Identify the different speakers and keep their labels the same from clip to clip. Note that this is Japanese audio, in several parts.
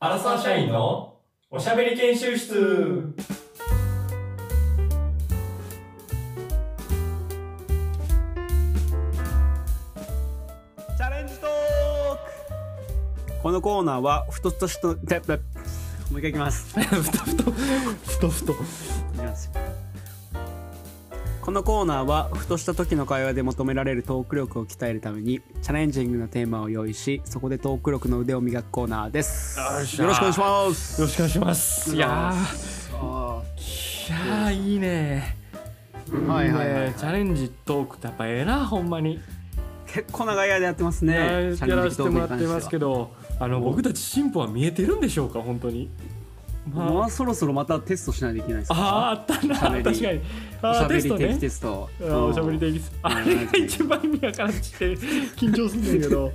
Speaker 1: アラサー社員のおしゃべり研修室
Speaker 2: チャレンジトークこのコーナーはふとふとしとててもう一回いきます
Speaker 3: ふとふと
Speaker 2: いきますこのコーナーはふとした時の会話で求められるトーク力を鍛えるためにチャレンジングなテーマを用意しそこでトーク力の腕を磨くコーナーです
Speaker 3: よっしゃー
Speaker 2: よろしくお願いします
Speaker 3: よろしくお願いしますいや
Speaker 2: は
Speaker 3: ーいやーいいね
Speaker 2: いはいはい、
Speaker 3: ねチャレンジトークってやっぱええなほんまに、
Speaker 2: 結構長い間やってますね
Speaker 3: やら
Speaker 2: チャレンジ
Speaker 3: やらせてもらってますけ
Speaker 2: ど
Speaker 3: どあの僕たち進歩は見えてるんでしょうか本当に
Speaker 2: ま
Speaker 3: ま
Speaker 2: あそろそろまたテストしないといけないです
Speaker 3: あ、あーあったな
Speaker 2: おしゃべり
Speaker 3: 確かにあ
Speaker 2: おし
Speaker 3: ー
Speaker 2: ゃべ
Speaker 3: テス
Speaker 2: り
Speaker 3: ト
Speaker 2: 定
Speaker 3: ね
Speaker 2: 期テスト
Speaker 3: あーおしゃべり
Speaker 2: テ
Speaker 3: できあれが一番意味わからんくて緊張するんだけ ど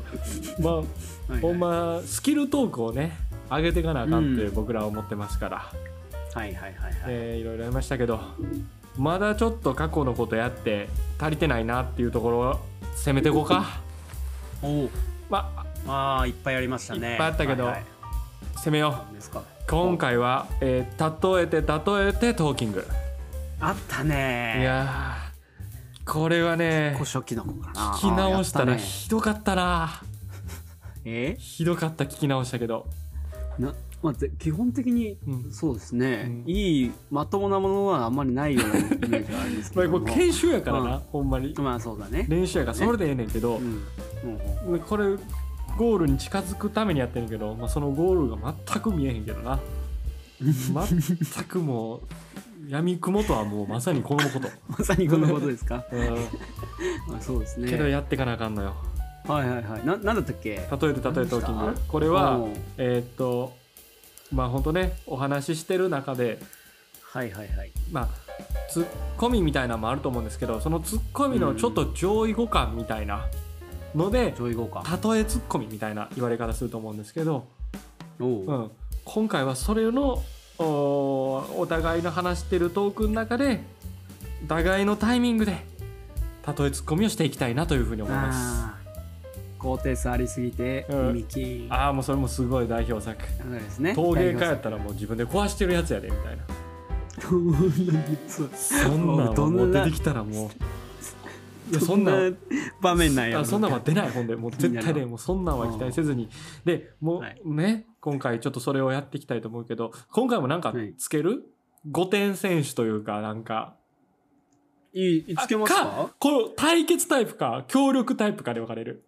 Speaker 3: ま
Speaker 2: ス
Speaker 3: あほんまスキルトークをね上げていかなあかんって僕らは思ってますから、
Speaker 2: はいはいはいはい、
Speaker 3: えーいろいろありましたけどまだちょっと過去のことやって足りてないなっていうところを攻めていこうか、
Speaker 2: おお
Speaker 3: ま
Speaker 2: まあいっぱいありました
Speaker 3: い
Speaker 2: ね
Speaker 3: っぱいあったけど
Speaker 2: はいはい
Speaker 3: あ、攻めよ
Speaker 2: 何ですか
Speaker 3: う今回は、えー例えて例えてトーキング
Speaker 2: あった
Speaker 3: い
Speaker 2: ね
Speaker 3: やーこれはね
Speaker 2: 結構初期の子かな
Speaker 3: 聞き直した
Speaker 2: あ
Speaker 3: ら
Speaker 2: ーやっ
Speaker 3: ひどかったな
Speaker 2: たねえ
Speaker 3: ひどかった聞き直したけど、
Speaker 2: な、まあ、ぜ基本的に
Speaker 3: うん
Speaker 2: そうですね、
Speaker 3: うん
Speaker 2: いいまともなものはあんまりないようなイメージがあるんです け
Speaker 3: まあ、
Speaker 2: ど
Speaker 3: こ
Speaker 2: も
Speaker 3: れ研修やからな、
Speaker 2: うん
Speaker 3: ほんまに
Speaker 2: まあそうだね
Speaker 3: 練習やからそれでええねんけど、
Speaker 2: うんうん
Speaker 3: これゴールに近づくためにやってんけど、まあ、そのゴールが全く見えへんけどな全くもう闇雲とはもうまさにこのこと、
Speaker 2: まさにこのことで すか
Speaker 3: うん
Speaker 2: まあそうですね
Speaker 3: けどやってかなあかんのよ
Speaker 2: はいはいはいななんだったっけ
Speaker 3: 例えて例えてトーキン
Speaker 2: 何
Speaker 3: グ
Speaker 2: でし
Speaker 3: これは
Speaker 2: おう
Speaker 3: えーっとまあほんとねお話ししてる中で
Speaker 2: はいはいはい
Speaker 3: まあツッコミみたいなのもあると思うんですけどそのツッコミのちょっと上位互換みたいなので、
Speaker 2: 上位互換
Speaker 3: 例えツッコミみたいな言われ方すると思うんですけど、
Speaker 2: おお、
Speaker 3: うん、今回はそれのおお互いの話してるトークの中でお互いのタイミングで例えツッコミをしていきたいなというふうに思います
Speaker 2: あー高低差ありすぎて
Speaker 3: うん
Speaker 2: 耳キーン
Speaker 3: ああもうそれもすごい代表作
Speaker 2: そうですね
Speaker 3: 陶芸家やったらもう自分で壊してるやつやでみたいな
Speaker 2: そんなそう
Speaker 3: そんなんはもう出てきたら もういやそんなん
Speaker 2: 場面なんや
Speaker 3: あそんなんは出ない本でもう絶対ねもうそんなんは期待せずにでもう
Speaker 2: はい
Speaker 3: ね今回ちょっとそれをやっていきたいと思うけど今回もなんか
Speaker 2: はい
Speaker 3: つける、五点選手というかなんか
Speaker 2: いいつけます
Speaker 3: あ
Speaker 2: か
Speaker 3: この対決タイプか協力タイプかで分かれる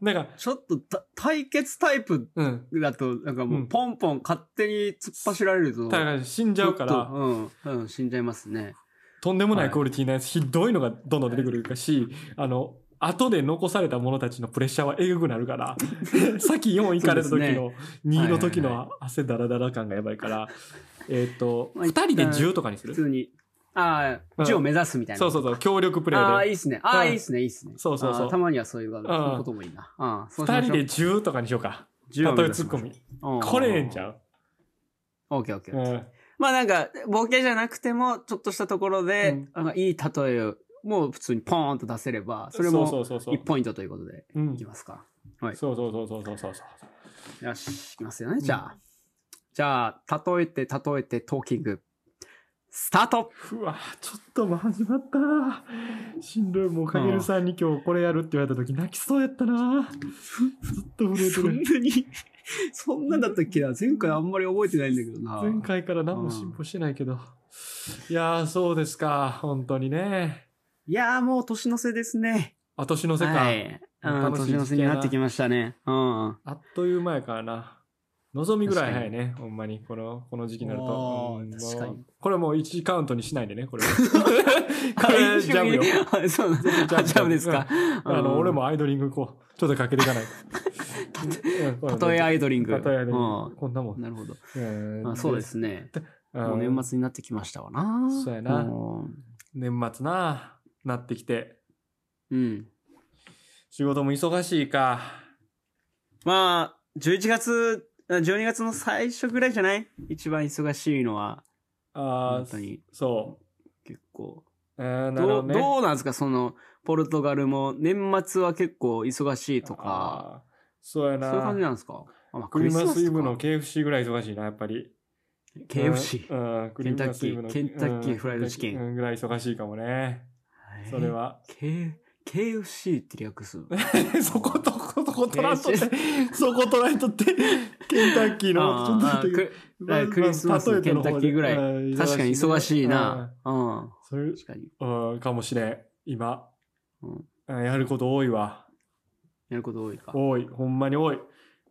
Speaker 3: なんか
Speaker 2: ちょっとた対決タイプ
Speaker 3: うん
Speaker 2: だとなんかもうんうポンポン勝手に突っ走られると
Speaker 3: だから死んじゃうか
Speaker 2: ちょっ
Speaker 3: ら
Speaker 2: とうんうん死んじゃいますね
Speaker 3: とんでもないクオリティのやつひどいのがどんどん出てくるしあの後で残された者たちのプレッシャーはえぐくなるから さっき4行かれた時の2の時
Speaker 2: はいは
Speaker 3: の汗だらだら感がやばいからえっと
Speaker 2: まあ
Speaker 3: 2
Speaker 2: 一旦
Speaker 3: 人で10とかにす
Speaker 2: 普
Speaker 3: る
Speaker 2: 通にああ字を目指すみたいな
Speaker 3: そうそうそう協力プレ
Speaker 2: ああ
Speaker 3: ー
Speaker 2: い
Speaker 3: で
Speaker 2: いっすねああ
Speaker 3: うん
Speaker 2: いいっすねいいっすね
Speaker 3: そうそうそう
Speaker 2: あーたまにはそういう
Speaker 3: ん
Speaker 2: こともいいなああそうし
Speaker 3: 2
Speaker 2: まし
Speaker 3: 人
Speaker 2: ょ
Speaker 3: で10
Speaker 2: う
Speaker 3: とかにしようか
Speaker 2: 10を目
Speaker 3: 例え
Speaker 2: 指
Speaker 3: ツ
Speaker 2: し
Speaker 3: ッコ
Speaker 2: ましょう
Speaker 3: ミ
Speaker 2: うん
Speaker 3: これええんちゃう
Speaker 2: オッケーオッケー
Speaker 3: う
Speaker 2: オッケー
Speaker 3: ん
Speaker 2: まあなんか、ボケじゃなくても、ちょっとしたところで、
Speaker 3: うん
Speaker 2: なんかいい例えを、もう普通にポーンと出せれば、それ
Speaker 3: そ
Speaker 2: も
Speaker 3: うそうそうそう
Speaker 2: 1ポイントということで、
Speaker 3: うん
Speaker 2: いきますか。はい
Speaker 3: そうそうそうそうそうそうそう
Speaker 2: よし、いきますよね、じゃあ。じゃあ、例えて、例えて、トーキング。スタート
Speaker 3: うわちょっともう始まったしんどいもうかげるさんに今日これやるって言われた時泣きそうやったなずっと震えて
Speaker 2: そん
Speaker 3: る
Speaker 2: なに、 そんなだったっけな前回あんまり覚えてないんだけどな。
Speaker 3: 前回から何も進歩してないけどいやーそうですか本当にね
Speaker 2: いやーもう年の瀬ですね。
Speaker 3: 後年の世界、
Speaker 2: はい。うん、
Speaker 3: 楽しい
Speaker 2: 年の瀬になってきましたね。 うん。
Speaker 3: あっという間やからな望みぐらい早いねほんまにこのこの時期になると
Speaker 2: お
Speaker 3: う
Speaker 2: ー
Speaker 3: ん
Speaker 2: 確か
Speaker 3: も
Speaker 2: に
Speaker 3: うこれもう1カウントにしないで ねこれこれジャムよ
Speaker 2: はい そうなんです。
Speaker 3: ジャム
Speaker 2: あジャムですか。
Speaker 3: あの、
Speaker 2: うん
Speaker 3: 俺もアイドリングこう、ちょっとかけていかない。
Speaker 2: たとえアイドリング。
Speaker 3: 例えアイドリン
Speaker 2: うん
Speaker 3: グ。こんなもん。
Speaker 2: なるほど。
Speaker 3: えー
Speaker 2: あ、そうで。すね。もう
Speaker 3: 年
Speaker 2: 年
Speaker 3: 末。
Speaker 2: 末になってきましたわな。
Speaker 3: そうやなん年末な、なってきて。
Speaker 2: うん。
Speaker 3: 仕事も忙しいか。
Speaker 2: まあ、11月、12月の最初ぐらいじゃない一番忙しいのは、
Speaker 3: あ
Speaker 2: 本当
Speaker 3: ー
Speaker 2: に
Speaker 3: そ
Speaker 2: 結構。
Speaker 3: う。えーなるほ
Speaker 2: ど
Speaker 3: ど
Speaker 2: う
Speaker 3: ね。
Speaker 2: どうなんですかその、ポルトガルも年末は結構忙しいと
Speaker 3: あ
Speaker 2: か、
Speaker 3: ー。そうや
Speaker 2: そういう感じな
Speaker 3: な。
Speaker 2: んですかあまあ
Speaker 3: クリームナスイ
Speaker 2: とか
Speaker 3: ブの KFC ぐらい忙しいな、やっぱり。
Speaker 2: KFC。
Speaker 3: うんうんクリームナスイブの
Speaker 2: ケンタッキーケンタッキーフライドチキン
Speaker 3: うんぐらい忙しいかもね。それは。
Speaker 2: K、KFC って略す。
Speaker 3: そことことこ取らんとって、 そこ取らんとって、ケンタッキーの、
Speaker 2: ああああ
Speaker 3: ちょっと
Speaker 2: クリクリスマスのケンタッキーぐらい。確かに忙しい。
Speaker 3: まあ
Speaker 2: な。うん。
Speaker 3: 例えての方でうん忙しねうんそれ
Speaker 2: 確かに。
Speaker 3: うん、かもしれん。今。
Speaker 2: うん
Speaker 3: うんやること多いわ。
Speaker 2: やること多いか。
Speaker 3: 多い。ほんまに多い。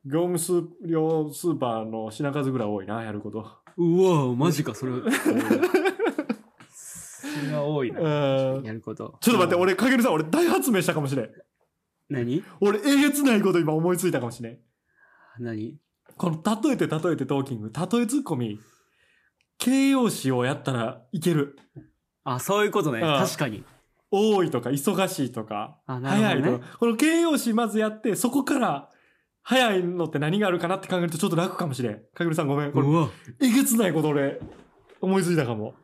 Speaker 3: 業務スー量スーパーの品数ぐらい多いな、やること。
Speaker 2: うわマジか、それ。それは多いな。
Speaker 3: うん
Speaker 2: やること。
Speaker 3: ちょっと待って、
Speaker 2: うん。
Speaker 3: 俺、かげるさん、俺大発明したかもしれん。
Speaker 2: 何
Speaker 3: 俺、えげつないこと今思いついたかもしれん。
Speaker 2: 何
Speaker 3: この、例えて例えてトーキング、例えツッコミ、形容詞をやったらいける。
Speaker 2: あ、そういうことね。
Speaker 3: うん
Speaker 2: 確かに。
Speaker 3: 多いとか、忙しいとか、
Speaker 2: あ、な
Speaker 3: 早
Speaker 2: る
Speaker 3: い
Speaker 2: ほど
Speaker 3: と
Speaker 2: ね。
Speaker 3: か。この形容詞まずやって、そこから、早いのって何があるかなって考えるとちょっと楽かもしれん。かぐるさんごめん。これ
Speaker 2: う、わ
Speaker 3: えげつないこと俺、思いついたかも。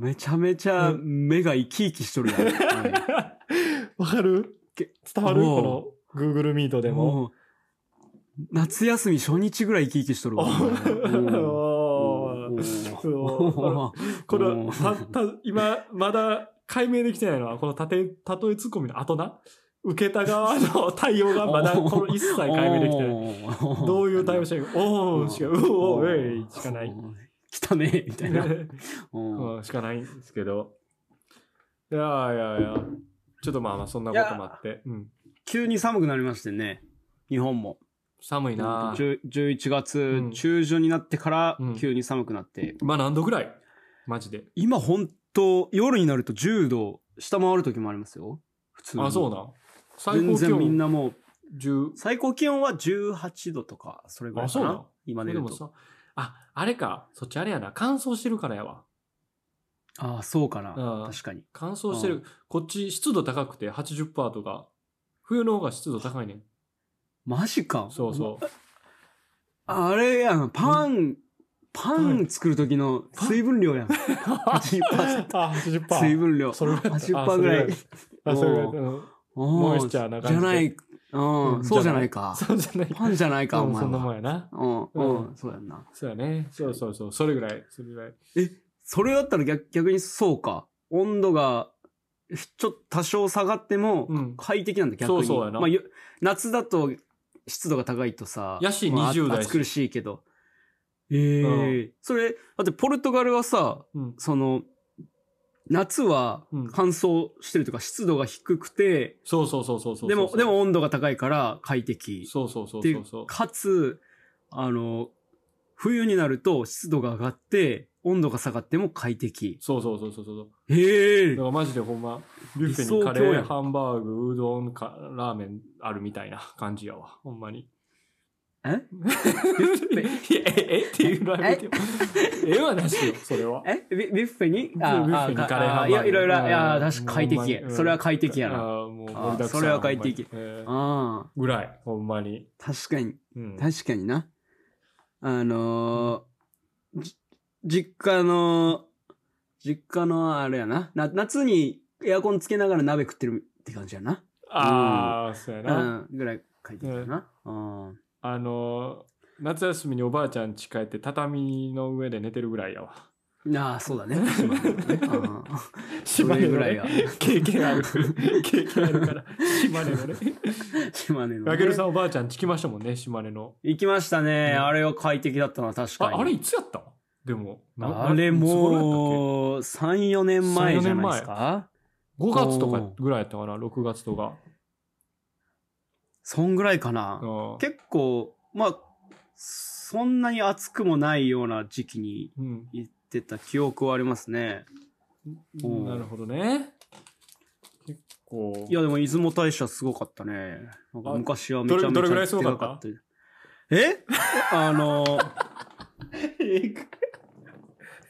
Speaker 2: めちゃめちゃ目が生き生きしとるやん。はい
Speaker 3: わかる
Speaker 2: け
Speaker 3: 伝わる
Speaker 2: おう
Speaker 3: この Google Meet でも。
Speaker 2: う夏休み初日ぐらい生き生きしとるわ。うん
Speaker 3: おー
Speaker 2: おー
Speaker 3: こ
Speaker 2: う
Speaker 3: の
Speaker 2: ん
Speaker 3: たた今まだ解明できてないのはこのたてたとえツッコミの後な受けた側 の対応がまだこの一切解明できてない
Speaker 2: おー
Speaker 3: どういう対応してるかお
Speaker 2: う
Speaker 3: お
Speaker 2: ん
Speaker 3: しかおおえいしかない。
Speaker 2: 来たねみたいな。 うん
Speaker 3: うんしかないんですけどいやいやいやちょっとまあまあそんなこともあって、うん、
Speaker 2: 急に寒くなりましてね。日本も。
Speaker 3: 寒いな
Speaker 2: 10 11月
Speaker 3: うん
Speaker 2: 中旬になってから
Speaker 3: うん
Speaker 2: 急に寒くなって。
Speaker 3: まあ何度ぐらいマジで
Speaker 2: 今本当夜になると10度下回る時もありますよ。普通に
Speaker 3: あそうなん最
Speaker 2: 全
Speaker 3: 高気
Speaker 2: 然みん
Speaker 3: 温
Speaker 2: なもう、
Speaker 3: 10
Speaker 2: 最高気温は18度とか、それぐら
Speaker 3: あ
Speaker 2: いか
Speaker 3: そう
Speaker 2: な。
Speaker 3: なん
Speaker 2: 今出
Speaker 3: で
Speaker 2: る
Speaker 3: も
Speaker 2: と。
Speaker 3: さああれかそっちあれやな乾燥してるからやわ
Speaker 2: ああ、そうか
Speaker 3: う
Speaker 2: な。
Speaker 3: ん
Speaker 2: 確かに。
Speaker 3: 乾燥してる、
Speaker 2: うん
Speaker 3: こっち湿度高くて80%とか冬の方が湿度高いねん
Speaker 2: マジか。
Speaker 3: そうそう
Speaker 2: あれやん、パン、パン作る時の水分量やん。80%。
Speaker 3: あ80%
Speaker 2: 水分量。
Speaker 3: それぐらい
Speaker 2: 80%ぐらい。
Speaker 3: あそれぐらいうん
Speaker 2: モ
Speaker 3: モイスチャーな感じ
Speaker 2: じ
Speaker 3: で
Speaker 2: ゃない。う
Speaker 3: うん
Speaker 2: ん、そうじゃないか。
Speaker 3: そうじゃない
Speaker 2: パンじゃないか、
Speaker 3: う
Speaker 2: お
Speaker 3: ん
Speaker 2: 前
Speaker 3: そんなも
Speaker 2: は。
Speaker 3: んやな
Speaker 2: うん、
Speaker 3: うん
Speaker 2: うん、そうやんな。
Speaker 3: そうやねそうそうそうそれぐらいそれぐらい
Speaker 2: それだったら逆逆にそうか。温度が、ちょっと多少下がっても
Speaker 3: うん、
Speaker 2: 快適なんだ、逆に。
Speaker 3: そうそうやな
Speaker 2: まあよ夏だと湿度が高いとさ、
Speaker 3: やし
Speaker 2: まあ
Speaker 3: 20代し
Speaker 2: 暑苦しいけど。ええそれ、だってポルトガルはさ、
Speaker 3: うん
Speaker 2: その、夏は
Speaker 3: うん
Speaker 2: 乾燥してるとか、湿度が低くて、
Speaker 3: そうそうそうそうそう
Speaker 2: でも、でも温度が高いから快適。
Speaker 3: そうそうそう
Speaker 2: で
Speaker 3: そうそう
Speaker 2: かつ、あの、冬になると湿度が上がって、温度が下がっても快適。
Speaker 3: そうそうそうそうそう
Speaker 2: へえ
Speaker 3: だからマジでほんまビュッフェにカレーハンバーグうどんかラーメンあるみたいな感じやわ ほんまに
Speaker 2: え
Speaker 3: いや え、えっていうのはやめてよ。 えはなしよ、それは。
Speaker 2: えビビュッフェに
Speaker 3: ビュッフェに
Speaker 2: あ
Speaker 3: カレーハンバーグ
Speaker 2: あいや、いろいろ、いや、
Speaker 3: うん
Speaker 2: 確かに快
Speaker 3: ほんまにう
Speaker 2: 適。
Speaker 3: ん
Speaker 2: それは快適や
Speaker 3: あ
Speaker 2: な。
Speaker 3: ーもう盛りだくさん
Speaker 2: あーそれは快適。
Speaker 3: ほんまにえー
Speaker 2: ああ、
Speaker 3: ぐらい、ほんまに。
Speaker 2: 確かに、
Speaker 3: うん
Speaker 2: 確かにな。あのーじ実家の、実家のあれやなな。夏にエアコンつけながら鍋食ってるって感じやな。
Speaker 3: ああ、そうや
Speaker 2: う
Speaker 3: な。
Speaker 2: ん、ぐらい快適やな。うん。
Speaker 3: あのー、夏休みにおばあちゃん家帰って畳の上で寝てるぐらいやわ。
Speaker 2: ああ、そう だね。島根のね うん
Speaker 3: 島根のね
Speaker 2: ぐらいや
Speaker 3: 経験 ある。経験あるから。島根のね。
Speaker 2: 島根のね。
Speaker 3: ラケルさんおばあちゃん聞きましたもんね、島根の。
Speaker 2: 行きましたね。
Speaker 3: うん
Speaker 2: あれは快適だったな、確かに。
Speaker 3: あ、あれいつやったでも。な
Speaker 2: あれ
Speaker 3: な
Speaker 2: もう、3、4年前じゃないですか
Speaker 3: いつ頃やったっけ ?5 月とかぐらいやったかな、6月とか。
Speaker 2: そんぐらいかな。
Speaker 3: うん
Speaker 2: 結構、まあ、そんなに暑くもないような時期に
Speaker 3: うん。
Speaker 2: 行ってた記憶はありますね。うん
Speaker 3: なるほどね。結構。
Speaker 2: いや、でも、出雲大社すごかったね。なんか
Speaker 3: あ
Speaker 2: 昔はめち
Speaker 3: どれ
Speaker 2: ゃめちゃ
Speaker 3: どれぐらいすごかった
Speaker 2: でかったえ あの、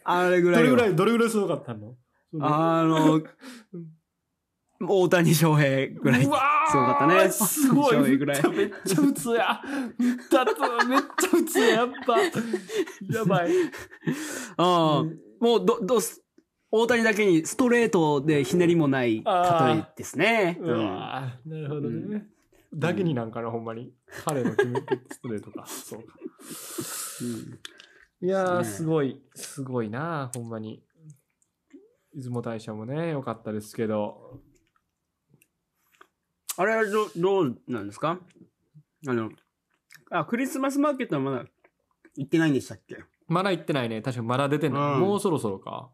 Speaker 2: あれぐ
Speaker 3: ど
Speaker 2: らい
Speaker 3: れ
Speaker 2: よ。
Speaker 3: ぐらい、どれぐらいすごかったのその
Speaker 2: あの、大谷翔平ぐらい。
Speaker 3: うわー
Speaker 2: すごかったね
Speaker 3: すごい。
Speaker 2: 醤
Speaker 3: め
Speaker 2: 油
Speaker 3: っ
Speaker 2: ぐらい
Speaker 3: ちゃめっちゃ普通 や。だとめっちゃ普通や。やっぱ。やば い。
Speaker 2: ああ、もうど、どす、大谷だけにストレートでひねりもない例えですね。
Speaker 3: うわーなるほどね。だけになんかな、ほんまに。彼の決めてストレー トか。そうか。いやー、
Speaker 2: ですね
Speaker 3: すごい、すごいな、ほんまに。出雲大社もね、良かったですけど。
Speaker 2: あれはどどうなんですかあの、あ、クリスマスマーケットはまだ行ってないんでしたっけ
Speaker 3: まだ行ってないね。確かにまだ出てない。
Speaker 2: うん
Speaker 3: もうそろそろか。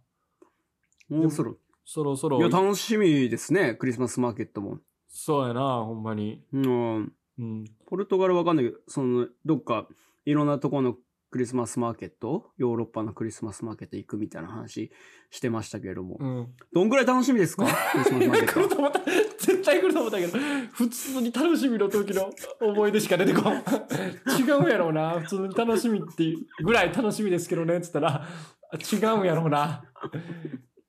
Speaker 2: もうそろ。
Speaker 3: そろそろ
Speaker 2: いや、。楽しみですね、クリスマスマーケットも。
Speaker 3: そうやな、ほんまに。
Speaker 2: うん。
Speaker 3: うん。
Speaker 2: ポルトガルわかんないけど、その、どっか、いろんなとこのクリスマスマーケット、ヨーロッパのクリスマスマーケット行くみたいな話してましたけれども、
Speaker 3: うん。
Speaker 2: どんぐらい楽しみですかクリスマスマーケッ
Speaker 3: 来
Speaker 2: ト
Speaker 3: る
Speaker 2: は
Speaker 3: と。思った絶対来ると思ったけど普通に楽しみの時の思い出しか出てこん違うやろうな普通に楽しみっていうぐらい楽しみですけどねっつったらあ違うやろうな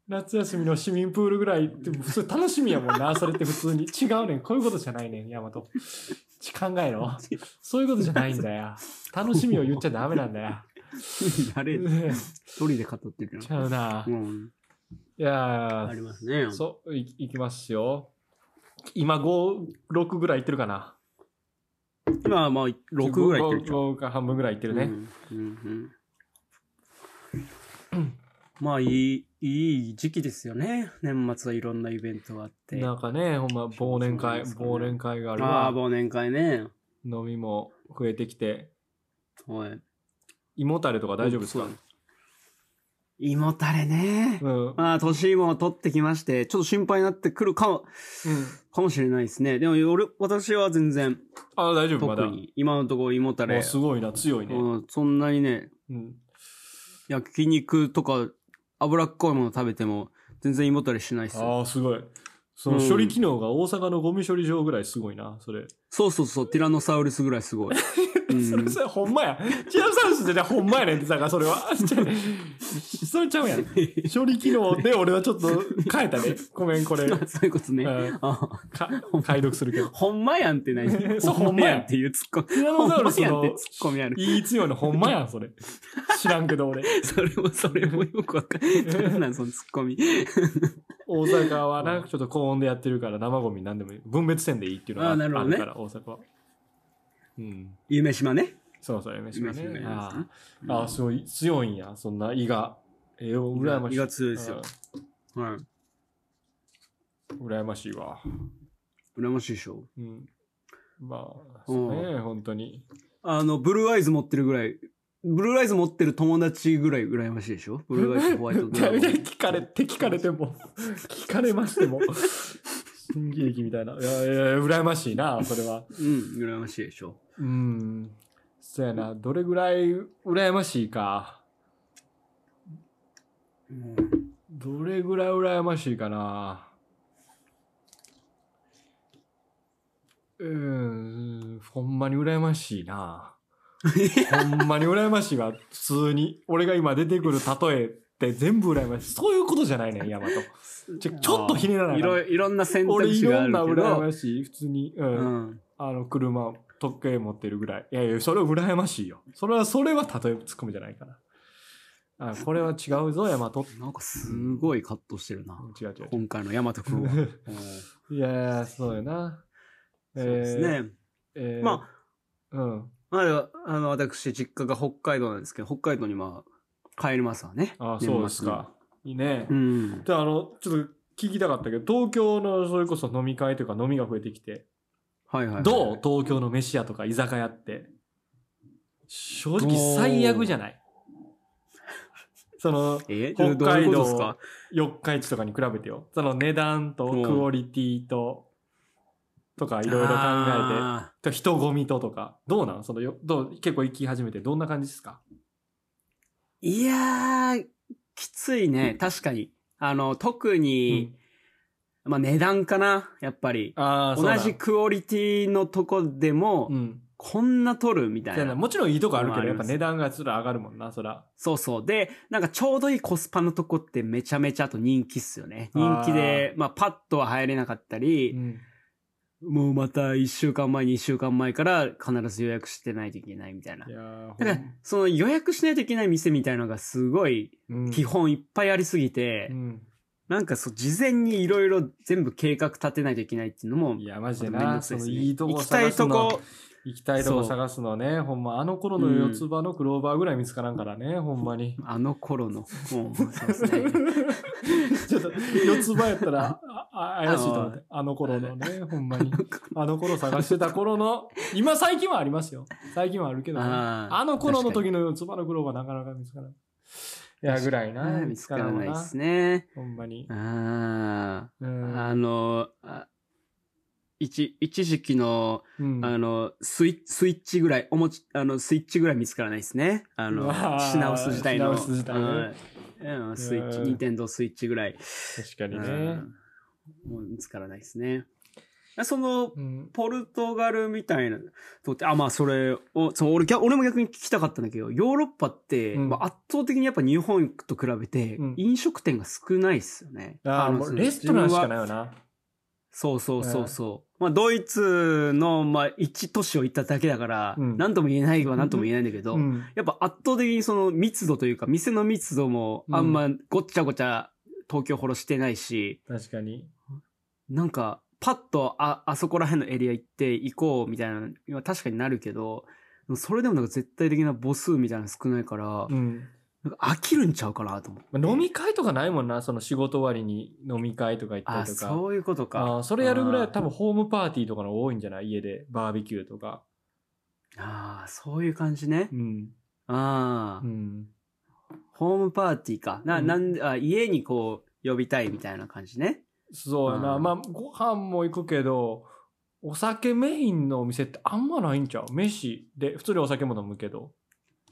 Speaker 3: 夏休みの市民プールぐらいって普通楽しみやもんなそれって普通に違うねんこういうことじゃないねんヤマトち考えろそういうことじゃないんだよ楽しみを言っちゃダメなんだよ
Speaker 2: 誰、一人で語ってる
Speaker 3: ち
Speaker 2: な。
Speaker 3: ゃうな
Speaker 2: うん。
Speaker 3: いや
Speaker 2: あ
Speaker 3: ー
Speaker 2: りますね。
Speaker 3: そう、いいきますよ。今5、6ぐらいいってるかな。
Speaker 2: 今はまあ、6ぐらい行ってるじゃん。
Speaker 3: 5か半分ぐらいいってるね。
Speaker 2: うんうんうんまあいい、いい時期ですよね。年末はいろんなイベントがあって。
Speaker 3: なんかね、ほんま忘年会、
Speaker 2: そうですね
Speaker 3: 忘年会がある
Speaker 2: ああ、
Speaker 3: わ。
Speaker 2: 忘年会ね。
Speaker 3: 飲みも増えてきて。
Speaker 2: はい。
Speaker 3: 胃もたれとか大丈夫ですか
Speaker 2: そう胃もたれね。
Speaker 3: うん。
Speaker 2: まあ、年も取ってきまして、ちょっと心配になってくるかも、かもしれないですね。でも、俺、私は全然、
Speaker 3: ああ、大丈夫、まだ。
Speaker 2: 特
Speaker 3: も
Speaker 2: に、今のところ胃もたれ
Speaker 3: う、すごいな、強いね。
Speaker 2: うんそんなにね、
Speaker 3: うん。
Speaker 2: 焼肉とか、脂っこいもの食べても、全然胃もたれしないですよ。
Speaker 3: ああ、すごい。その
Speaker 2: うん
Speaker 3: 処理機能が大阪のゴミ処理場ぐらいすごいな、それ。
Speaker 2: そうそうそう、ティラノサウルスぐらいすごい。 うん
Speaker 3: それ、それ、ほんまや。チラサウルスじゃほんまやねんって、だからそれ は。それちゃうやん。処理機能で俺はちょっと変えた ね。ごめん、これ。うん
Speaker 2: そういうことね。あ
Speaker 3: か解読するけど。
Speaker 2: ほんまやんって何
Speaker 3: そう
Speaker 2: ほんまやんっていうツッコミ。
Speaker 3: ティラ
Speaker 2: ほ
Speaker 3: ノ
Speaker 2: んま
Speaker 3: サ
Speaker 2: や
Speaker 3: ウ
Speaker 2: ん
Speaker 3: ル
Speaker 2: って
Speaker 3: スの
Speaker 2: ツッコミある。
Speaker 3: 言い強いのほんまやん、それ。知らんけど俺。
Speaker 2: それも、それもよくわかんない。なんなんそのツッコミ。
Speaker 3: 大阪はな、ちょっと高温でやってるから生ゴミなんでもいい。分別線でいいっていうのがあ
Speaker 2: あー
Speaker 3: あ
Speaker 2: な
Speaker 3: る
Speaker 2: る
Speaker 3: か
Speaker 2: ほ
Speaker 3: ら、
Speaker 2: どね
Speaker 3: 大阪は。うん。
Speaker 2: 夢島ね。
Speaker 3: そうそう、飯が
Speaker 2: 夢
Speaker 3: ね。
Speaker 2: 島
Speaker 3: あ
Speaker 2: ね
Speaker 3: ーあー、すごい強いんや、そんな胃が。えー、羨ましい。
Speaker 2: 胃が強いですよ
Speaker 3: うん。
Speaker 2: はい。
Speaker 3: 羨ましいわ。
Speaker 2: 羨ましいでしょ。
Speaker 3: うん。まあ、そうね、本当に。
Speaker 2: あの、ブルーアイズ持ってるぐらい、ブルーアイズ持ってる友達ぐらい羨ましいでしょ。ブルーアイ ズホワイトドラゴン。
Speaker 3: 聞かれて、聞かれても、 聞かれましても、 新喜劇みたいな。いやいや、羨ましいな、それは。
Speaker 2: うん、羨ましいでしょ。
Speaker 3: うん。そやな、どれぐらい羨ましいか。
Speaker 2: うん
Speaker 3: どれぐらい羨ましいかな。うん、ほんまに羨ましい な。ほんまに羨ましいわ、普通に。俺が今出てくる例えって全部羨ましい。そういうことじゃないねん、ヤ マト。ちょちょっとひねらない
Speaker 2: い
Speaker 3: かん
Speaker 2: ろいろんな選択
Speaker 3: 俺い
Speaker 2: 肢があ
Speaker 3: ろんな
Speaker 2: るけ
Speaker 3: 羨
Speaker 2: ど
Speaker 3: ま。しい普通に、うん
Speaker 2: うん。
Speaker 3: あの車時計持ってるぐらいいやいやそれは羨ましいよそれはそれは例えツッコミじゃないからあこれは違うぞヤマト
Speaker 2: なんかすごい葛藤してるな。
Speaker 3: 違う違う
Speaker 2: 今回のヤマト 君は。
Speaker 3: 違う
Speaker 2: うん
Speaker 3: いやいやそうやな
Speaker 2: そうですね。
Speaker 3: えーえー
Speaker 2: まあ、
Speaker 3: うん
Speaker 2: まあ、あの、私、実家が北海道なんですけど、北海道にまあ、帰りますわね。
Speaker 3: あ
Speaker 2: 年末に
Speaker 3: そうです。かいいね、
Speaker 2: うん。
Speaker 3: であのちょっと聞きたかったけど東京のそれこそ飲み会というか飲みが増えてきて
Speaker 2: はいはいはい。
Speaker 3: どう東京の飯屋とか居酒屋って。正直最悪じゃないその、
Speaker 2: え
Speaker 3: 北海道
Speaker 2: どういうことですか
Speaker 3: 四日市とかに比べてよ。その値段と
Speaker 2: うん
Speaker 3: クオリティと、とかいろいろ考え
Speaker 2: あ
Speaker 3: て、と人混みととか。どうなんそのよ、どう、結構行き始めてどんな感じですか
Speaker 2: ーいやー、きついね。確かに。あの、特に、まあ、値段かな。やっぱり。
Speaker 3: うんああ、そう
Speaker 2: 同
Speaker 3: だ
Speaker 2: じクオリティのとこでも、
Speaker 3: うん。
Speaker 2: こんな取るみた
Speaker 3: そ
Speaker 2: いう
Speaker 3: やな
Speaker 2: な。
Speaker 3: もちろんいいとこあるけ
Speaker 2: まあ
Speaker 3: ど、
Speaker 2: あり
Speaker 3: やっぱ
Speaker 2: ます
Speaker 3: 値段がちょっと上がるもんな、そら。
Speaker 2: そうそう。で、なんかちょうどいいコスパのとこってめちゃめちゃあと人気っすよね。人気で、まあ、パッとは入れなかったり、
Speaker 3: うん。
Speaker 2: もうまた1週間前、2週間前から必ず予約してないといけないみたいな。
Speaker 3: い
Speaker 2: だ
Speaker 3: やーほ
Speaker 2: か
Speaker 3: ん
Speaker 2: ら、その予約しないといけない店みたいなのがすごい、
Speaker 3: うん
Speaker 2: 基本いっぱいありすぎて、
Speaker 3: うん。
Speaker 2: なんかそう、事前にいろいろ全部計画立てないといけないっていうのも、
Speaker 3: いや、マジで
Speaker 2: めんど
Speaker 3: な、
Speaker 2: くさ
Speaker 3: そ
Speaker 2: いで
Speaker 3: の
Speaker 2: すね
Speaker 3: いいとこ
Speaker 2: 行きた
Speaker 3: 探
Speaker 2: い
Speaker 3: す
Speaker 2: と
Speaker 3: の
Speaker 2: こ、
Speaker 3: 行きたいとこ
Speaker 2: そう
Speaker 3: 探すのね、ほんま、あの頃の
Speaker 2: うん
Speaker 3: 四つ葉のクローバーぐらい見つからんからね、ほんまに。
Speaker 2: あの頃 の、もう、そうですね。
Speaker 3: ちょっと、四つ葉やったら、ああ怪しいと思って、あの頃のね、ほんま に。あの頃探してた頃の、今最近はありますよ。最近はあるけどね、
Speaker 2: あー
Speaker 3: あの頃の時の四つ葉のクローバーなかなか見つからん。いや、ぐらいな、
Speaker 2: 見つからない
Speaker 3: 見
Speaker 2: で
Speaker 3: つ
Speaker 2: すね。
Speaker 3: ほんまに。
Speaker 2: あ
Speaker 3: う
Speaker 2: あ、
Speaker 3: ん。
Speaker 2: あの、あ一一時期の、
Speaker 3: うん
Speaker 2: あのスイ、スイッチぐらい、おもち、あの、スイッチぐらい見つからないですね。あ
Speaker 3: う
Speaker 2: の、
Speaker 3: わー
Speaker 2: 品薄時代の。
Speaker 3: 品薄時代ね
Speaker 2: うんうんスイッチ、
Speaker 3: うん
Speaker 2: ニンテンドースイッチぐらい。
Speaker 3: 確か
Speaker 2: う
Speaker 3: にね。
Speaker 2: んもう見つからないですね。その、
Speaker 3: うん。
Speaker 2: ポルトガルみたいなとって、あ、まあそれを、その俺逆俺も逆に聞きたかったんだけど、ヨーロッパって、
Speaker 3: うん
Speaker 2: まあ、圧倒的にやっぱ日本と比べて
Speaker 3: うん
Speaker 2: 飲食店が少ないっすよね。
Speaker 3: あーも
Speaker 2: そうの
Speaker 3: レストランしか
Speaker 2: 自分は
Speaker 3: ないよな。
Speaker 2: そうそうそうそう。まあドイツの、まあ一都市を行っただけだから、
Speaker 3: うん
Speaker 2: なんとも言えないはなんとも言えないんだけど、
Speaker 3: うん。
Speaker 2: やっぱ圧倒的にその密度というか、店の密度もあんまごっちゃごちゃ東京ほどしてないし、
Speaker 3: 確かに。
Speaker 2: なんか、パッと、あ、あそこら辺のエリア行って行こうみたいなのは確かになるけど、でもそれでもなんか絶対的な母数みたいなの少ないから、
Speaker 3: うん。
Speaker 2: なんか飽きるんちゃうかなと思って。
Speaker 3: まあ飲み会とかないもんな、その仕事終わりに飲み会とか行った
Speaker 2: あ、
Speaker 3: りとか。
Speaker 2: そういうこと
Speaker 3: あ
Speaker 2: か。
Speaker 3: ーそれやるぐらいは多
Speaker 2: 分。
Speaker 3: 分ホームパーティーとかの方が多いんじゃない家で。バーベキューとか。
Speaker 2: ああ、そういう感じね
Speaker 3: う。ん。
Speaker 2: ああ、
Speaker 3: うん。
Speaker 2: ホームパーティーか。な、
Speaker 3: うん
Speaker 2: なんで、あ、家にこう、呼びたいみたいな感じね。
Speaker 3: そうや
Speaker 2: あ
Speaker 3: な。
Speaker 2: ー
Speaker 3: まあ、ご飯も行くけど、お酒メインのお店ってあんまないんちゃう飯で、普通にお酒も飲むけど。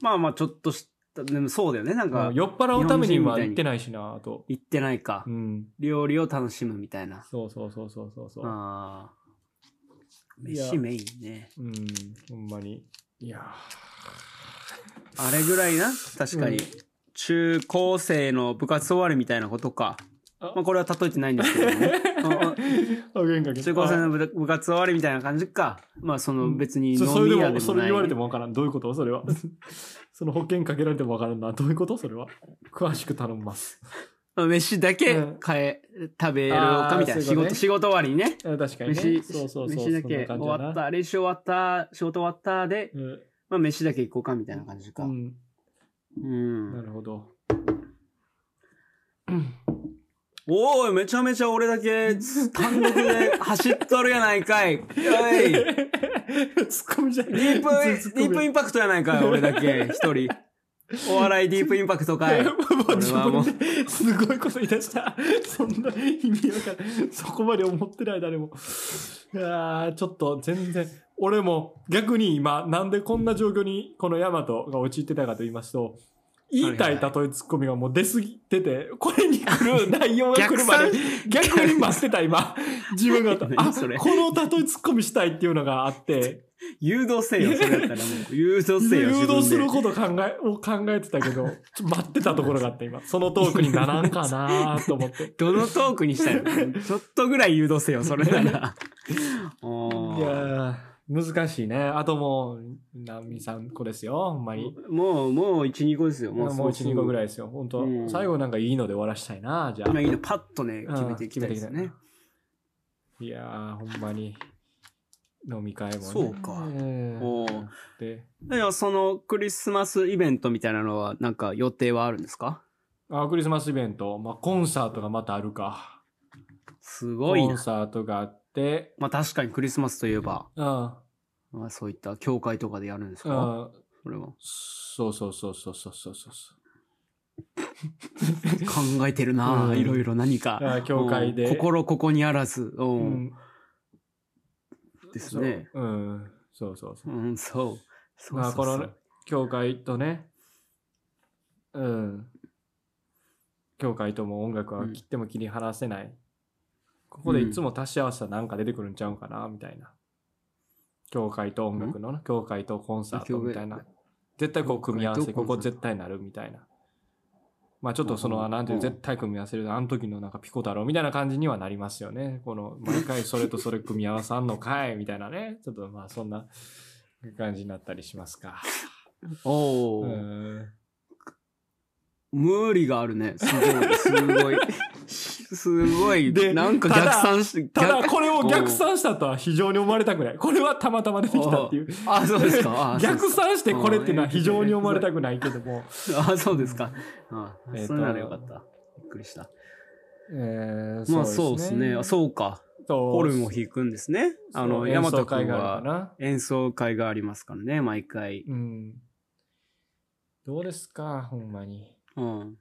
Speaker 2: まあまあ、ちょっとした、でもそうだよね。なん
Speaker 3: う
Speaker 2: か
Speaker 3: ん、酔っ払うためには行ってないしな、あと。
Speaker 2: 行ってないか
Speaker 3: う。ん。
Speaker 2: 料理を楽しむみたいな。
Speaker 3: そうそうそうそうそうそう。
Speaker 2: ああ。
Speaker 3: いや
Speaker 2: 飯メインね。
Speaker 3: うん、ほんまに。いや
Speaker 2: あれぐらいな確かに、
Speaker 3: うん
Speaker 2: 中高生の部活終わりみたいなことか。
Speaker 3: あ
Speaker 2: まあ、これは例えてないんですけど ね。うん
Speaker 3: ー。 あ喧嘩喧
Speaker 2: うん
Speaker 3: 嘩
Speaker 2: 中高生の部部活終わりみたいな感じか。まあ、その別に飲
Speaker 3: そそれで
Speaker 2: み屋でも
Speaker 3: も、
Speaker 2: ない、
Speaker 3: それ言われてもわからん。どういうことそ れは。その保険かけられてもわからんな。どういうことそれは。詳しく頼み ます。
Speaker 2: まあ飯だけ買え、食べようかみたいな。
Speaker 3: あーそ
Speaker 2: 仕
Speaker 3: ういうこと
Speaker 2: 事、
Speaker 3: ね
Speaker 2: 仕事終わりにね。
Speaker 3: あ確かにね。
Speaker 2: 飯、
Speaker 3: そうそうそう。
Speaker 2: 飯
Speaker 3: そん
Speaker 2: だけ終
Speaker 3: な感じ
Speaker 2: わ
Speaker 3: や
Speaker 2: っ
Speaker 3: な。
Speaker 2: た、練習終わった、仕事終わったで、
Speaker 3: うん
Speaker 2: まあ、飯だけ行こうかみたいな感じか。う。
Speaker 3: うんん。なるほど。
Speaker 2: おーい、めちゃめちゃ俺だけ単独で走っとるやないかい。おい。
Speaker 3: ツッコミじゃない
Speaker 2: ディープ、
Speaker 3: ツッコミ
Speaker 2: ディープインパクトやないかい、俺だけ、一人。お 笑いディープインパクトかい。
Speaker 3: もう
Speaker 2: 俺
Speaker 3: 自
Speaker 2: はもう
Speaker 3: 分ですごいこと言い出した。そんな意味わかんない。そこまで思ってない誰も。いやーちょっと全然。俺も逆に今、なんでこんな状況にこのヤマトが陥ってたかと言いますと、言いたい例えツッコミがもう出過ぎてて、これに来る内容が来るまで、逆に待ってた今。自分が、あ、
Speaker 2: 何
Speaker 3: こ
Speaker 2: それ
Speaker 3: の例えツッコミしたいっていうのがあって、
Speaker 2: 誘導せよ、それだったらもう。誘導せ
Speaker 3: 誘
Speaker 2: よ、自分で
Speaker 3: 導すること考 え、を考えてたけど、ちょっと待ってたところがあって 今、そのトークにならんかなと 思って。
Speaker 2: どのトークにしたい のちょっとぐらい誘導せよ、それなら。 お
Speaker 3: い
Speaker 2: ー
Speaker 3: やー、難しいね。あともう、何ミさん個ですよ、ほんまに。
Speaker 2: もう、もう1、2個ですよ。
Speaker 3: もう
Speaker 2: そうす
Speaker 3: 1、
Speaker 2: ぐ
Speaker 3: 2個ぐらいですよ、本当、
Speaker 2: うん
Speaker 3: 最後なんかいいので終わらしたいな、じゃあ。
Speaker 2: 今いいの、パッとね、
Speaker 3: うん
Speaker 2: 決めていきたいですよね。。
Speaker 3: いやー、ほんまに。飲み会もね。
Speaker 2: そうか
Speaker 3: ん
Speaker 2: おー
Speaker 3: で、
Speaker 2: では、そのクリスマスイベントみたいなのは、なんか予定はあるんですか
Speaker 3: あ、クリスマスイベント、まあ、コンサートがまたあるか。
Speaker 2: すごい
Speaker 3: コン
Speaker 2: な。
Speaker 3: サートがあって、
Speaker 2: まあ確かにクリスマスといえば、
Speaker 3: うん。
Speaker 2: まあそういった教会とかでやるんです
Speaker 3: う
Speaker 2: か
Speaker 3: ん、
Speaker 2: それは。
Speaker 3: そうそうそうそうそうそうそうそう。
Speaker 2: 考えてるなあ、
Speaker 3: うん
Speaker 2: いろいろ何か。
Speaker 3: あ教会で。
Speaker 2: うん心ここにあらず。う
Speaker 3: うんん。
Speaker 2: ですね。
Speaker 3: そう。うん。そうそうそう。
Speaker 2: うん、そう。そう
Speaker 3: ま
Speaker 2: そ
Speaker 3: あ
Speaker 2: うそ
Speaker 3: こ
Speaker 2: う
Speaker 3: の教会とね、うん。教会とも音楽は切っても切り離せない。ここでいつも足し合わせたらなんか出てくるんちゃうかな、みたいな。教会と音楽のな、教会とコンサートみたいな
Speaker 2: 教。
Speaker 3: 絶対こう組み合わ
Speaker 2: 教
Speaker 3: せ、
Speaker 2: 会とコ
Speaker 3: こ
Speaker 2: ンサート
Speaker 3: こ絶対なるみたいな。まあちょっとその、
Speaker 2: うん
Speaker 3: なんていうう、
Speaker 2: ん
Speaker 3: 絶対組み合わせる、あの時のなんかピコ太郎みたいな感じにはなりますよね。この、毎回それとそれ組み合わさんのかい、みたいなね。ちょっとまあそんな感じになったりしますか。
Speaker 2: お
Speaker 3: う
Speaker 2: ー
Speaker 3: ん
Speaker 2: 無理があるね。すごい。すごい。すごい。
Speaker 3: で
Speaker 2: なんか
Speaker 3: ただ
Speaker 2: 逆算して、
Speaker 3: ただ
Speaker 2: 逆
Speaker 3: これを逆算したとは非常に思われたくないこれはたまたま出てきたっていう
Speaker 2: ああ、そうですか。あ
Speaker 3: 逆算してこれっていうのは非常に思われ
Speaker 2: く
Speaker 3: たくないけども、
Speaker 2: ない。あそうですか。あ
Speaker 3: えっと
Speaker 2: それならよかった。びっくりした。
Speaker 3: えー
Speaker 2: まあそうですね。あそうか。
Speaker 3: と
Speaker 2: ホルンを弾くんですね。あの、
Speaker 3: そう
Speaker 2: 大
Speaker 3: 演
Speaker 2: 和
Speaker 3: 奏
Speaker 2: 君
Speaker 3: 会があるか
Speaker 2: は
Speaker 3: な
Speaker 2: 演奏会がありますからね、毎回。
Speaker 3: うんどうですかほんまに
Speaker 2: うん。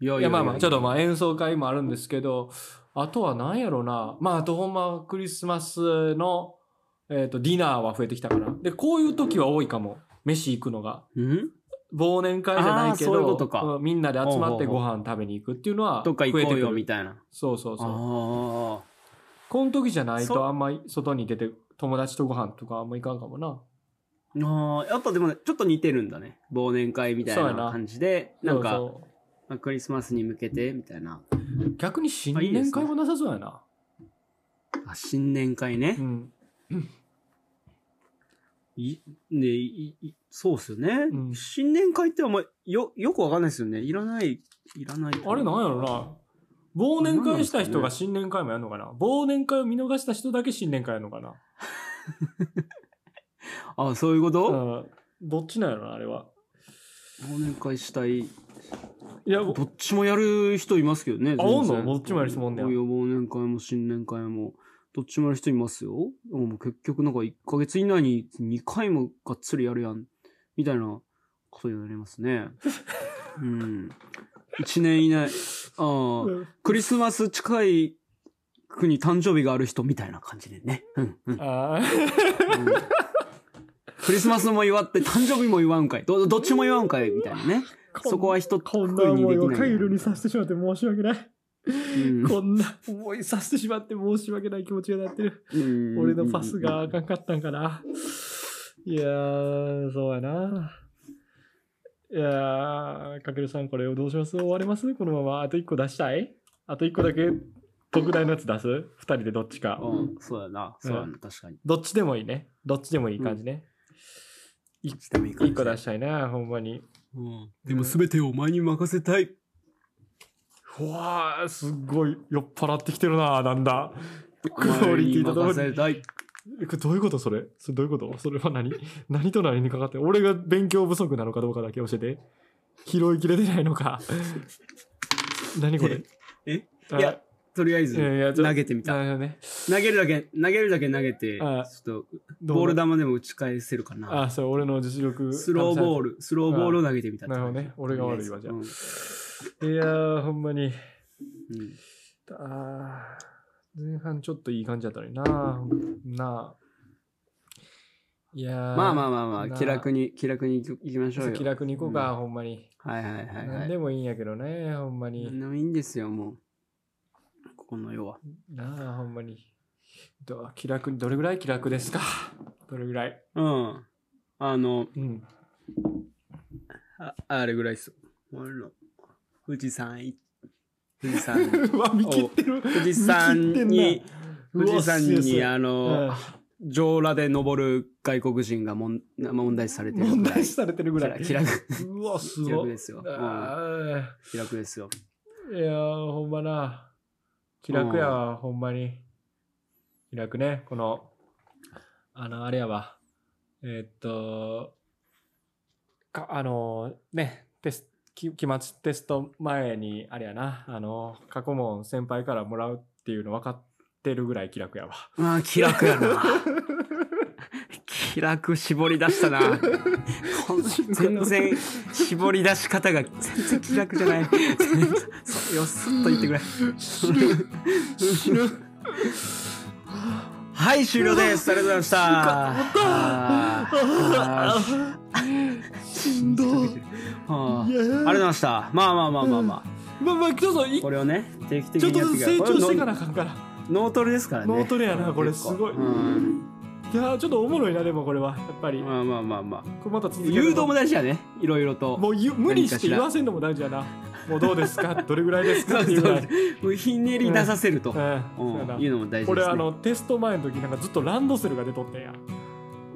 Speaker 2: いや
Speaker 3: いやまあまあちょっとま
Speaker 2: あ。
Speaker 3: あ演奏会もあるんですけどあとは何やろなまああとほんまクリスマスの、えー、とディナーは増えてきたからでこういう時は多いかも飯行くのが
Speaker 2: うん
Speaker 3: 忘年会じゃないけど
Speaker 2: あーそういうことか
Speaker 3: うんみんなで集まって
Speaker 2: ほう
Speaker 3: ご
Speaker 2: ほ
Speaker 3: 飯食べに行くっていうのは
Speaker 2: どっか行
Speaker 3: 増え
Speaker 2: こ
Speaker 3: て
Speaker 2: う
Speaker 3: く
Speaker 2: よ、
Speaker 3: る
Speaker 2: みたいな。
Speaker 3: そうそうそう
Speaker 2: あ
Speaker 3: この時じゃない
Speaker 2: そ
Speaker 3: とあんまり外に出て友達とご飯とかあんま行かんかもな
Speaker 2: あ。ああ、やっぱでもねちょっと似てるんだね。忘年会みたい
Speaker 3: そう
Speaker 2: な
Speaker 3: やな
Speaker 2: 感じで、なんか、
Speaker 3: そうそ
Speaker 2: まあクリスマスに向けて、みたいな。
Speaker 3: う逆に新
Speaker 2: あいいですね
Speaker 3: 年会もなさそうやな
Speaker 2: あ、新年会ね
Speaker 3: う。ん
Speaker 2: いねいいそうっすよね、
Speaker 3: うん
Speaker 2: 新年会ってあんまよ、よくわかんないですよね。いらない、いらない。
Speaker 3: あれなんやろな忘年会した人が新年会もやるのかな忘年会を見逃した人だけ新年会やるのかな、
Speaker 2: あ、そういうこと、
Speaker 3: うん、どっちなんやろなあれは
Speaker 2: 忘年会したい。
Speaker 3: いや
Speaker 2: どっちもやる人いますけどね。
Speaker 3: あおんの
Speaker 2: 全然
Speaker 3: どっちもやる人もおんねや
Speaker 2: う忘年会も新年会も。どっちもやる人いますよ。でももう結局なんか1ヶ月以内に2回もがっつりやるやん。みたいなことになりますね。 うん。1年以内。ああ、クリスマス近い国誕生日がある人みたいな感じでね。うん、う ん。
Speaker 3: あ
Speaker 2: うんクリスマスも祝って誕生日も祝うんかい。どどっちも祝うんかいみたいなね。
Speaker 3: ー
Speaker 2: そこは一
Speaker 3: こんな
Speaker 2: 括りに
Speaker 3: 思
Speaker 2: で
Speaker 3: い
Speaker 2: き
Speaker 3: を
Speaker 2: ない
Speaker 3: カイルにさせてしまって申し訳ない。
Speaker 2: うん
Speaker 3: こんな思いさせてしまって申し訳ない気持ちになってる。
Speaker 2: うん
Speaker 3: 俺のパスがあかんかったんかな。いやー、そうやな。いやー、かけるさん、これをどうします終わりますこのまま。あと1個出したいあと1個だけ特大のやつ出す ?2 人でどっちか。
Speaker 2: うん、そうやな。そうやな、確かに。
Speaker 3: どっちでもいいね。どっちでもいい感じね。い
Speaker 2: でもいい感じ
Speaker 3: 1個出したいな、ほんまに。
Speaker 2: でも全てをお前に任せたい。
Speaker 3: うわー、すっごい酔っ払ってきてるな、なんだ。
Speaker 2: お前
Speaker 3: クオリティと
Speaker 2: に
Speaker 3: とも
Speaker 2: 任
Speaker 3: に
Speaker 2: せたい。
Speaker 3: えこれどういうことそれそれどういうことそれは何 何と何にかかって俺が勉強不足なのかどうかだけ教えて拾いきれてないの か何これ
Speaker 2: え
Speaker 3: あ
Speaker 2: いやとりあえ
Speaker 3: いやいや
Speaker 2: ず
Speaker 3: ちょ
Speaker 2: 投げてみ
Speaker 3: な
Speaker 2: た。
Speaker 3: るほどね
Speaker 2: 投げるだけ、投げるだけ投げて、ちょ
Speaker 3: あ
Speaker 2: っと
Speaker 3: どう
Speaker 2: ボール球でも打ち返せるかな。
Speaker 3: あそう俺の実力
Speaker 2: スローボー
Speaker 3: ル
Speaker 2: ル、スローボールを投げてみたって
Speaker 3: なるほど
Speaker 2: 感じ。
Speaker 3: ね俺が悪いわじゃあ、
Speaker 2: うん
Speaker 3: いやーほんまに
Speaker 2: うん
Speaker 3: あー前半ちょっといい感じだったのにななあいや
Speaker 2: まあまあまあまあ、
Speaker 3: なあ
Speaker 2: 気楽に、気楽に行き行きましょうよ。
Speaker 3: 気楽に行こうか、ほんまに、
Speaker 2: はいはいはいは
Speaker 3: 何
Speaker 2: い。
Speaker 3: でもいいんやけどねほんまに、
Speaker 2: 何でもいいんですよ、もう。ここの世は。
Speaker 3: なあ、ほんまに。ど気楽に、どれぐらい気楽ですかどれぐらい
Speaker 2: うん。あの、
Speaker 3: うん。
Speaker 2: ああれぐらいっす。俺の富士山い、富士山、
Speaker 3: う わ、見切ってる。
Speaker 2: 富士山に、
Speaker 3: 見
Speaker 2: 富
Speaker 3: 切ってんな うわすげえ
Speaker 2: 士山
Speaker 3: すげ
Speaker 2: に、
Speaker 3: え
Speaker 2: あの、上裸で登る外国人がもん問題視されてる
Speaker 3: 問
Speaker 2: ぐらい
Speaker 3: 題視。されてるぐらい。
Speaker 2: 気楽、
Speaker 3: うわ、す
Speaker 2: 気
Speaker 3: ご
Speaker 2: 楽
Speaker 3: い。
Speaker 2: ですよ。うん
Speaker 3: あ
Speaker 2: 気楽ですよ。
Speaker 3: ーいやー、ほんまな。気楽やわ、ほんまに。気楽ね、この、あの、あれやわ。えーっと、か、あのー、ね、テス期期末テスト前に、あれやな、あのー、過去問先輩からもらうっていうの分かってるぐらい気楽やわ。
Speaker 2: まあ、気楽やな。気楽絞り出したな。こん全然、絞り出し方が全然気楽じゃない。 そうよすっと言ってくれ。
Speaker 3: 死ぬ死ぬ
Speaker 2: はい、終了です。ありがとうございました。あー
Speaker 3: しん どい。
Speaker 2: あ
Speaker 3: い
Speaker 2: ー
Speaker 3: や
Speaker 2: ありがとう
Speaker 3: ー
Speaker 2: ございました。まあまあまあまあま
Speaker 3: まあまあ、ちょっとい
Speaker 2: あ。これをね、定期的
Speaker 3: ちょっと
Speaker 2: にやって
Speaker 3: ず
Speaker 2: い
Speaker 3: つ
Speaker 2: く
Speaker 3: 成長していか
Speaker 2: こ
Speaker 3: なあかんから。
Speaker 2: れ脳脳トレですからね。
Speaker 3: 脳トレやなこれ
Speaker 2: 結構
Speaker 3: すごい
Speaker 2: うん
Speaker 3: いやーちょっとおもろいな、でもこれは。やっぱり。こ
Speaker 2: まあまあまあまあ。
Speaker 3: れまた続けるの
Speaker 2: 誘導も大事やね。いろいろと。
Speaker 3: もうゆ無理して言わせんのも大事やな。もうどうですかどれぐらいですかっていうぐ らい。
Speaker 2: もうひねり出させると。
Speaker 3: うんそうや
Speaker 2: う
Speaker 3: なん
Speaker 2: いうのも大事ですね。
Speaker 3: 俺あのテスト前の時なんかずっとランドセルが出とってんや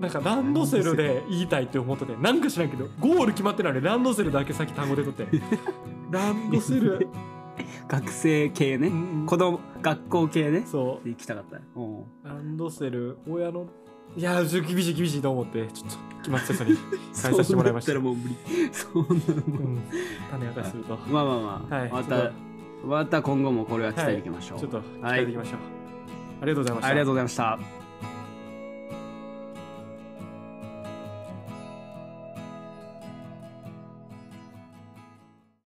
Speaker 3: なんかランドセルで言いたいって思っとってなんか 知らんけどゴール決まってないのにランドセルだけ先単語出とってランドセル
Speaker 2: 学生系ね
Speaker 3: うん
Speaker 2: 子供学校系ね
Speaker 3: そ
Speaker 2: 行きたかったねうん
Speaker 3: うランドセル親のいやちょっと厳しい厳しいと思ってちょっと決まってそれに返させてもらいました
Speaker 2: そうなったらもう無理そうなのも
Speaker 3: うん 種明かしすると
Speaker 2: まあまあまあ、
Speaker 3: はい
Speaker 2: ま
Speaker 3: ちょ
Speaker 2: た
Speaker 3: っ
Speaker 2: また今後もこれは伝えていきましょう、
Speaker 3: ちょっと期待できましょう、ありがとうございました
Speaker 2: ありがとうございました